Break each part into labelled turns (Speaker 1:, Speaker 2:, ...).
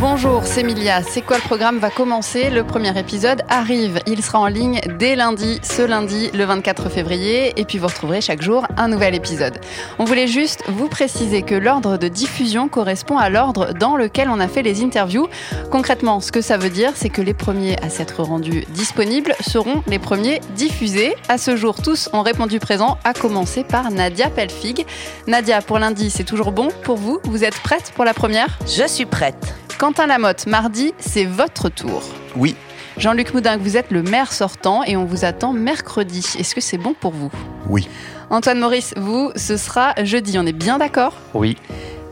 Speaker 1: Bonjour, c'est Milia. C'est quoi le programme va commencer Le premier épisode arrive. Il sera en ligne dès lundi, ce lundi, le 24 février. Et puis vous retrouverez chaque jour un nouvel épisode. On voulait juste vous préciser que l'ordre de diffusion correspond à l'ordre dans lequel on a fait les interviews. Concrètement, ce que ça veut dire, c'est que les premiers à s'être rendus disponibles seront les premiers diffusés. À ce jour, tous ont répondu présent, à commencer par Nadia Pelfig. Nadia, pour lundi, c'est toujours bon pour vous Vous êtes prête pour la première
Speaker 2: Je suis prête.
Speaker 1: Quentin Lamotte, mardi, c'est votre tour.
Speaker 3: Oui.
Speaker 1: Jean-Luc Moudin, vous êtes le maire sortant et on vous attend mercredi. Est-ce que c'est bon pour vous
Speaker 3: Oui.
Speaker 1: Antoine Maurice, vous, ce sera jeudi, on est bien d'accord
Speaker 3: Oui.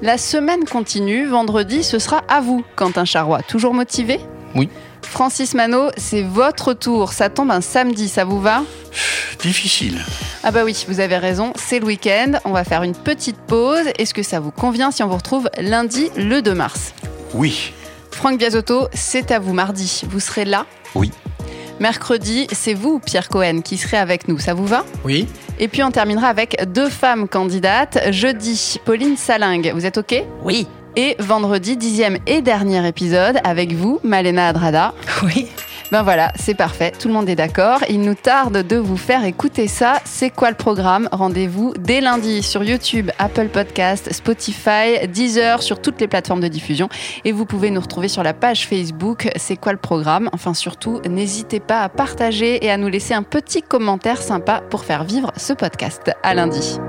Speaker 1: La semaine continue, vendredi, ce sera à vous, Quentin Charrois. Toujours motivé
Speaker 3: Oui.
Speaker 1: Francis Manot, c'est votre tour. Ça tombe un samedi, ça vous va
Speaker 3: Difficile.
Speaker 1: Ah bah oui, vous avez raison, c'est le week-end. On va faire une petite pause. Est-ce que ça vous convient si on vous retrouve lundi, le 2 mars
Speaker 3: Oui.
Speaker 1: Franck Biasotto, c'est à vous mardi. Vous serez là
Speaker 3: Oui.
Speaker 1: Mercredi, c'est vous, Pierre Cohen, qui serez avec nous. Ça vous va
Speaker 3: Oui.
Speaker 1: Et puis on terminera avec deux femmes candidates. Jeudi, Pauline Salingue. Vous êtes OK
Speaker 2: Oui.
Speaker 1: Et vendredi, dixième et dernier épisode, avec vous, Malena Adrada.
Speaker 2: Oui.
Speaker 1: Ben voilà, c'est parfait, tout le monde est d'accord. Il nous tarde de vous faire écouter ça. C'est quoi le programme Rendez-vous dès lundi sur YouTube, Apple Podcast, Spotify, Deezer, sur toutes les plateformes de diffusion. Et vous pouvez nous retrouver sur la page Facebook C'est quoi le programme Enfin surtout, n'hésitez pas à partager et à nous laisser un petit commentaire sympa pour faire vivre ce podcast. À lundi.